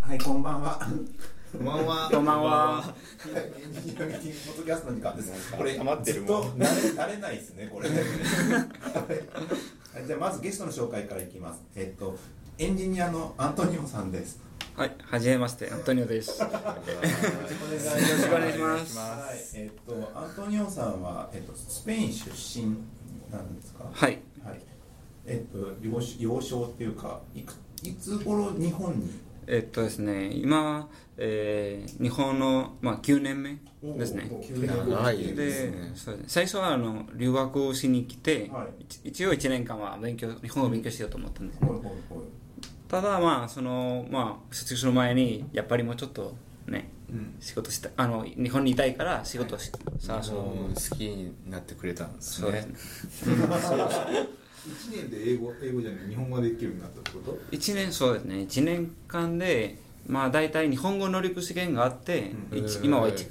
はい、こんばんは。こんばんは。こんばんは。エンジニアミーティングポッドキャストの時間です。これ、黙ってるずっともん慣れ慣れないですね、これ。はい、じゃあ、まずゲストの紹介からいきます。えっと、エンジニアのアントニオさんです。はい、はじめまして、アントニオです。よよろしくお願いしろしくお願いします。はい、えっと、アントニオさんは、えっと、スペイン出身なんですか。はい、はい。えっと、幼少幼少っていうか、いく、いつ頃日本に。えっとですね、今、えー日本の、まあ、9年目ですね。急に長いでですねそうです最初はあの留学しに来て、はい一一応1年間は勉強日本を勉強しようと思ったんですね、ほいほいほい。ただまあそのまあ卒業する前にやっぱりもうちょっとねうん。仕事したあの日本にいたいから仕事をし、さあそそうう好きになってくれたんですそうでねすね一年で英語英語じゃない日本語ができるようになったってこと1年そうですね1年間でまあ大体日本語能力試験があって、うん一へー今は 1,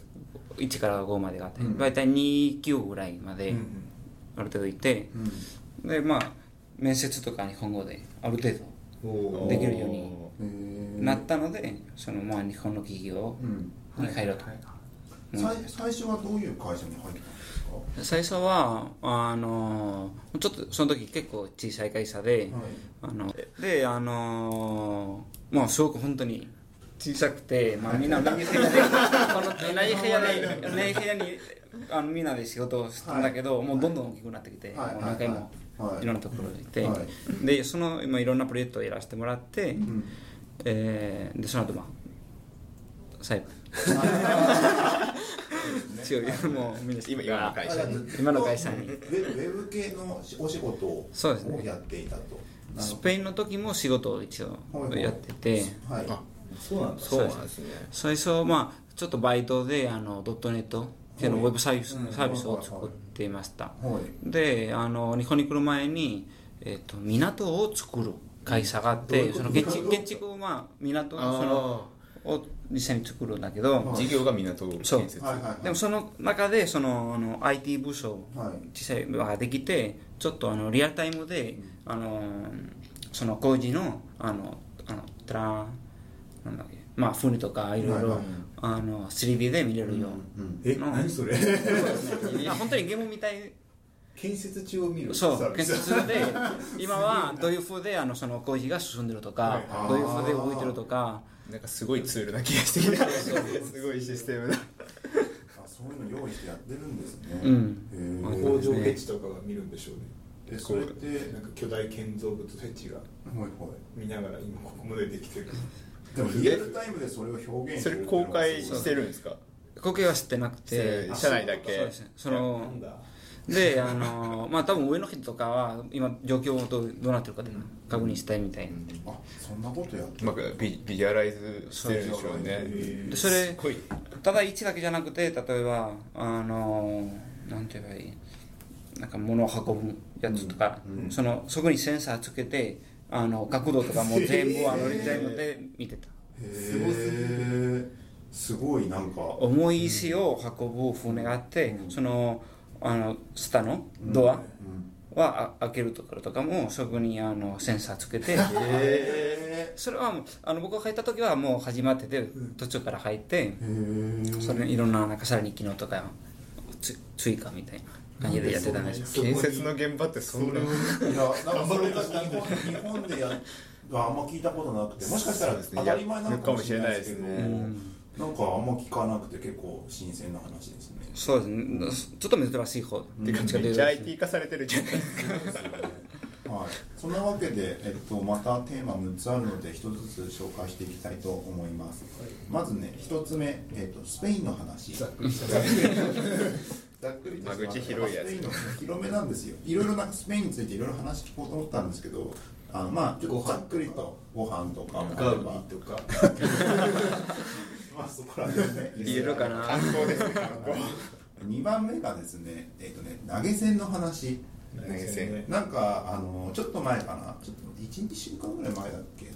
1から5までがあって、うん大体2級ぐらいまでうんある程度いて、でまあ面接とか日本語である程うんお度ーできるようにうんなったので、そのまあ日本の企業うん。に入ろうと、最最初はどういう会社に入ったんですか、は最初はあのちょっとその時結構小さい会社で、あのであのー、まあすごく本当に小さくて、まあ、みんな同じ部屋でこの同じ部屋で同じ部屋にあのみんなで仕事をしてたんだけど、もうどんどん大きくなってきて、はいもう何回もはいいろんなところに行って、はでその今いろんなプロジェクトをやらせてもらって、んえーでその後まあ最後 強い、もうみんな今今の会社あじゃあ今の会社にウェウェブ系のお仕事をそうですねやっていたとなるスほペインの時も仕事を一応やってて、どはいあそうなんだそうなんですね最初まあちょっとバイトであのドットネットっていうのはいウェブサービス,、うんサービスを作っていました、はいであの日本に来る前に、えっと港を作る会社があって、その建築建築をまあ港のそのを実際に作るんだけど、はい事業が港建そう設はいはいでもその中でそのあの IT 部署はい小さい部ができてちょっとあのリアルタイムで、あのその工事のあのあのトラなんだっけまあ船とかいろいはいはろいあの 3D で見れるよううんえうん何それな、あ本当にゲームみたい建設中を見るそサうービ建ス設で今はどういう風であのその工事が進んでるとかはいどういう風で動いてるとかなんかすごいツールな気がしてきたすごいシステムだあそういうの用意してやってるんですねうんへあえ工場ヘッジとかが見るんでしょうねえそれってはいなんか巨大建造物ヘッジがはい見ながら今ここまでできてるでもリアルタイムでそれを表現そすれるっていうの公が開すごいしてるんですか工計は知ってなくて社内だそうけですねそのなんだであのまあ多分上の人とかは今状況をどうどうなってるか確認したいみたいな、あそんなことやってうまくビビジュアライズしてるんでしょうねえでーそれすごいただ1だけじゃなくて例えばあのなんて言えばいいなんか物を運ぶやつとか、そのそこにセンサーつけてあの角度とかも全部あのリアルタイムで見てたすごすごいなんか重い石を運ぶ船があって、そのあの下のドアはあ開けるところとかもそこにあのセンサーつけて、へそれはもうあの僕が入った時はもう始まってて途中から入ってえへえそれいろんななんかさらに機能とかつ追加みたいな感じでやってたんですよ建設の現場ってそんなや、いなんかそれが日本日本でやはあんま聞いたことなくて、もしかしたらそうですね当たり前なのかもしれないでやすけるかど、もしれないですねなんかあんま聞かなくて結構新鮮な話ですね。そうですねちょっと珍しい方ってめ感じがっ出ちゃる IT 化されてるじゃないですかはい、そんなわけで、えっと、またテーマ6つあるので1つずつ紹介していきたいと思います、まずね1つ目、えっと、スペインの話ざっくりしたざっくりとした間口広いやつスペインの広めなんですよいろいろなんかスペインについていろいろ話聞こうと思ったんですけどあのまあちょっとざっくりとご飯とかガウデまィとかあまあそこら辺ね言えるかな観光です ね2番目がですねえっとね投げ銭の話投げ銭なんかあのちょっと前かなちょっと12週間ぐらい前だっけ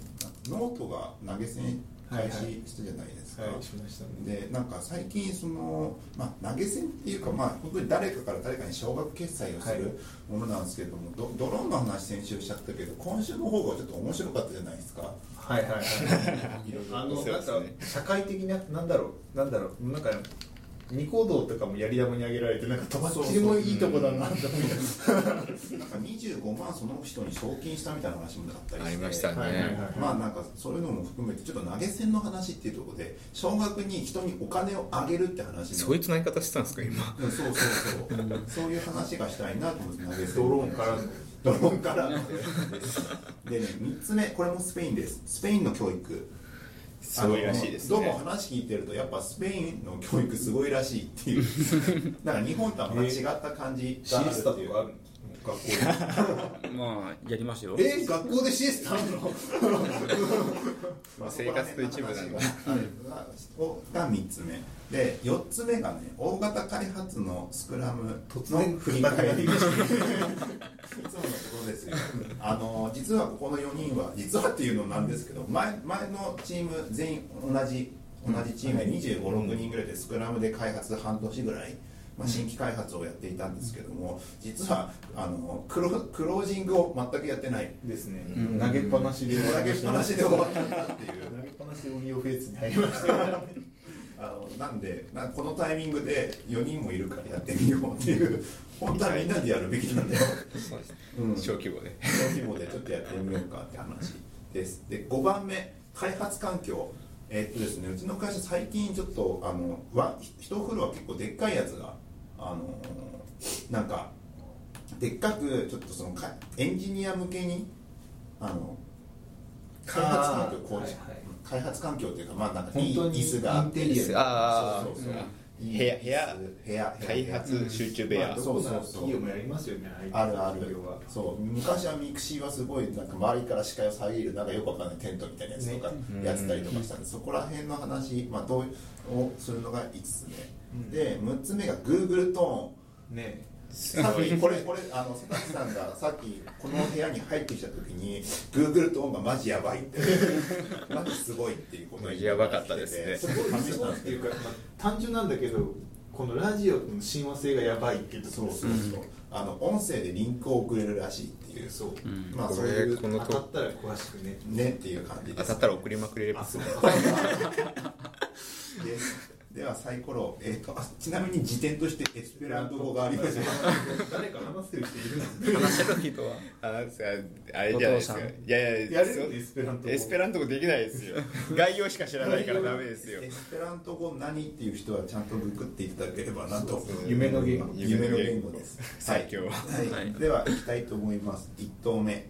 ノートが投げ銭開始したじゃないですか、はいしましたねでなんか最近その、まあ、投げ銭っていうか、まあ、本当に誰かから誰かに少額決済をすはいるものなんですけれども、ドドローンの話先週しちゃったけど今週の方がちょっと面白かったじゃないですかはいはいはいそうであのなんすねか社会的ななんだろうなんだろうなんかニコ動とかもやり玉にあげられてなんかとばっちりもいいとこだなと思いながらなんか25万その人に賞金したみたいな話もあったりしてありましたねはいはいはいまあなんかそういうのも含めてちょっと投げ銭の話っていうところで少額に人にお金をあげるって話そういうう繋ぎ方してたんですか今んそうそうそうそういう話がしたいなと思って投げ銭ドローンからのドローンからのでね3つ目これもスペインですスペインの教育すごいらしいですねあのどうも話聞いてるとやっぱスペインの教育すごいらしいって いうなんか日本とはまた違った感じシがあるっリてスタというかあるの学校にまあやりますよえ学校でシエスタあるの まあ生活の一部なんだがが3つ目で4つ目がね大型開発のスクラム突の然振り返 りいつものことですよあの実はここの4人は実はっていうのもなんですけど前前のチーム全員同じ同じチームで2 5 6人ぐらいでスクラムで開発半年ぐらい、まあ、新規開発をやっていたんですけども実はあのクロクロージングを全くやって ないですねうん投げっぱなしで投げっぱなしで終わったっていう投げっぱなしでオニオフェイスに入りましたあのなんでなこのタイミングで4人もいるからやってみようっていう本当はみんなでやるべきなんだよ、そうですねうん、小小規模で規模でちょっとやってみようかって話ですで5番目開発環境えっとですねうちの会社最近ちょっとあのわ一フロア結構でっかいやつがあのなんかでっかくちょっとそのかエンジニア向けにあの開発環境構築、あーはいはい開発環境っていうかまあなんかいい本当に椅子があってインテリアあーそうそうそううん部屋部屋部屋部屋開発集中部屋、まあどこの企業もやりますよねあるあ企る業はそう昔はミクシーはすごいなんか周りから視界を遮るなんかよくわかんないテントみたいなやつとかねやってたりとかしたんで、そこら辺の話、まあ、どうをするのが5つ目、うんで6つ目が Google トーンねすさっごいきこれこれあの佐々木さんがさっきこの部屋に入ってきた時に Google トーンがマジやばいって マジすごいっていうことを言ってやばかったですねすごい試すしごたんいですけっていどうか、まあ、単純なんだけどこのラジオの親和性がやばいっていうとこそろうですそうそう、あの音声でリンクを送れるらしいっていうそう、んまあこそうれいうこの当たったら詳しくねねっていう感じです当たったら送りまくれればあそうですで はサイコロ、えー、とあちなみに辞典としてエスペラント語があります誰か話せる人いるの話した時とはああれじゃないですかお父さんいやいややれるそうエスペラント語エスペラント語できないです よ概要しか知らないからダメですよエスペラント語何っていう人はちゃんとググっていただければなと夢の言語夢の言語です最強はい、はいではいきたいと思います1投目